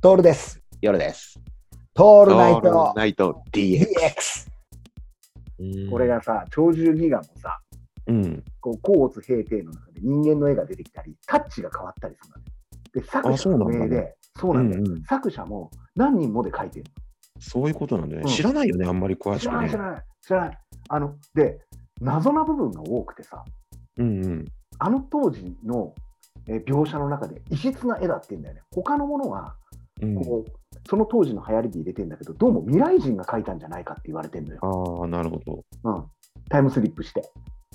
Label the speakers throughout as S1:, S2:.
S1: トールです。
S2: 夜です。
S1: ト
S2: オ
S1: ールナイト
S2: ナイト DX。
S1: DX。
S3: うん
S1: これがさ、鳥獣ギガもさ、
S2: うん。
S1: こう、甲乙平定の中で人間の絵が出てきたり、タッチが変わったりするのねで、作
S2: あ
S1: 者
S2: そうな
S1: の
S2: んだね
S1: 名で、そううなん
S2: ん
S1: だよ。
S2: うん。
S1: 作者も何人もで書いてる。
S2: そういうことなんだね。
S1: うん
S2: 知らないよね、あんまり詳
S1: 知
S2: し
S1: ら
S2: く
S1: ない、
S2: ね
S1: 知。らない、知らない。あの、で、謎な部分が多くてさ、
S2: うんうん。
S1: あの当時のえー描写の中で異質な絵だって言うんだよね。他のものは、
S2: うん、
S1: こう、その当時の流行りで入れてんだけど、どうも未来人が描いたんじゃないかって言われてんのよ。
S2: ああ、なるほど。
S1: うん。タイムスリップして。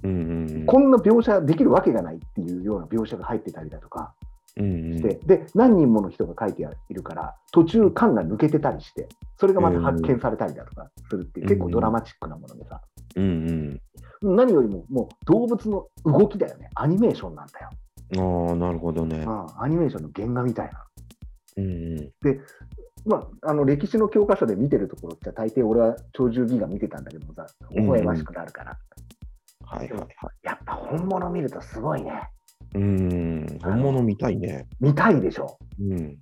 S2: うんうんうん。
S1: こんな描写できるわけがないっていうような描写が入ってたりだとか
S2: うんうん
S1: して、で、何人もの人が書いているから、途中感が抜けてたりして、それがまた発見されたりだとかするっていう、
S2: うん
S1: 結構ドラマチックなものでさ、
S2: うん
S1: 何よりももう動物の動きだよね、アニメーションなんだよ。
S2: うん。ああ、なるほどね。
S1: うん、アニメーションの原画みたいな。
S2: うんうん。
S1: まあ、あの歴史の教科書で見てるところって大抵俺は鳥獣戯画見てたんだけどもさ、微笑ましくなるから、
S2: はいはいはい。
S1: やっぱ本物見るとすごいね、
S2: うん。本物見たいね。
S1: 見たいでしょ。
S2: うん。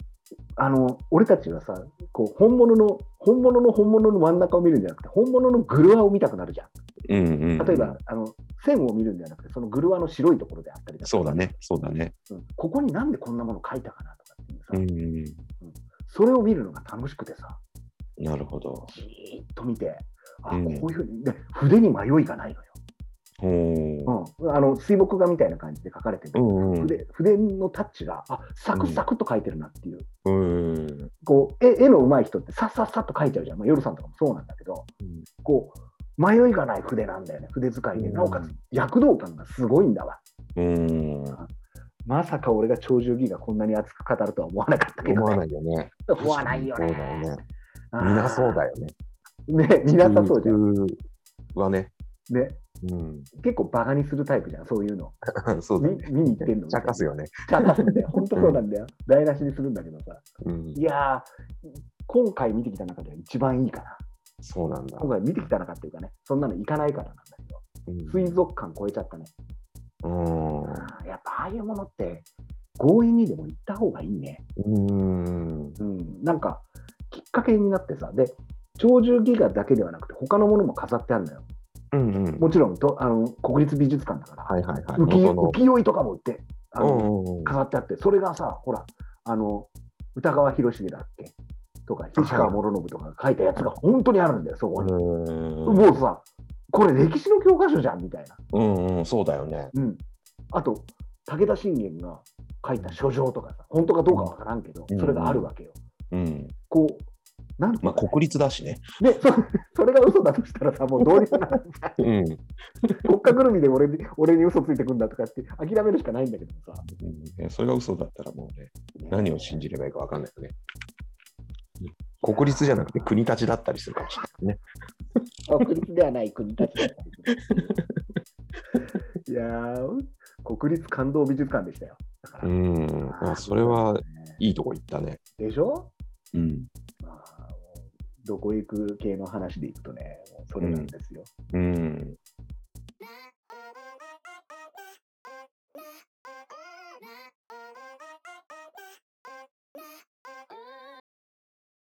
S1: あの俺たちはさこう本物の本物の本物の真ん中を見るんじゃなくて本物のグルワを見たくなるじゃん
S2: うんうん。
S1: 例えば、。あの線を見るんじゃなくてそのグルワの白いところであったりだとか
S2: そうだね。そうだね。
S1: うんここになんでこんなもの書いたかなとかっていうさ、
S2: うんうん。
S1: それを見るのが楽しくてさ
S2: なるほど。
S1: じーっと見てあ、
S2: うん
S1: こういうふうにで筆に迷いがないの
S2: ほう。
S1: よ、うん、あの水墨画みたいな感じで書かれてる、
S2: うんうん。
S1: 筆筆のタッチがあサクサクっと書いてるなっていう、
S2: うん。
S1: こう絵絵の上手い人ってさっさっさっと描いちゃうじゃん、まあ、夜さんとかもそうなんだけど、
S2: うん
S1: こう迷いがない筆なんだよね筆使いで
S2: うん
S1: なおかつ躍動感がすごいんだわ
S2: うん。
S1: まさか俺が鳥獣戯画こんなに熱く語るとは思わなかったけど、ね、
S2: 思わないよね。
S1: 思わないよね
S2: そうだよね。みなそうだよね。
S1: ね見なさそうじゃん、
S2: 僕はね。
S1: ね
S2: うん。
S1: 結構バカにするタイプじゃんそういうの
S2: そうだ
S1: 見
S2: ね。
S1: 見に行ってんの
S2: ちゃかすよね。
S1: ちゃかすん だよ本当そうなんだよ、台無しにするんだけどさ
S2: うん
S1: い。やー今回見てきた中では一番いいかな
S2: そうなんだ。
S1: 今回見てきた中っていうかねそんなの行かないからなんだけど水族館超えちゃったね
S2: うん。
S1: うんやっぱああいうものって強引にでも行った方がいいね。
S2: うん。
S1: うん、なんかきっかけになってさ、で、鳥獣戯画だけではなくて、他のものも飾ってあるのよ。
S2: うんうん。
S1: もちろんとあの国立美術館だから、
S2: はいはいはい。
S1: 浮世
S2: 元の
S1: 浮世絵とかも売ってあ
S2: う
S1: の、
S2: んうんうん。
S1: 飾ってあって、それがさ、ほら、あの歌川広重だっけとか、西川諸信とかが書いたやつが本当にあるんだよ、そこに。
S2: う
S1: もうさ、これ歴史の教科書じゃんみたいな。
S2: んうん、そうだよね。
S1: うん、あと武田信玄が書いた書状とかさ本当かどうかわからんけど、
S2: うん
S1: それがあるわけよ。
S2: うん。
S1: こうなんてい
S2: ま
S1: う
S2: あ、
S1: かね
S2: 国立だしね。
S1: ねそそれが嘘だとしたらさもうどうにもならない
S2: うん。
S1: 国家ぐるみで俺に俺に嘘ついてくんだとかって諦めるしかないんだけどさ
S2: うんそれが嘘だったらもうね、何を信じればいいか分かんないよね。国立じゃなくて国立ちだったりするかもしれないね。
S1: 国立ではない国立だったい やー国立感動美術館でしたよだから、
S2: うん。あそれはいいとこ行ったね。
S1: でしょ
S2: うん。
S1: まあ、もうどこ行く系の話でいくとね、もうそれなんですよ。
S2: うん。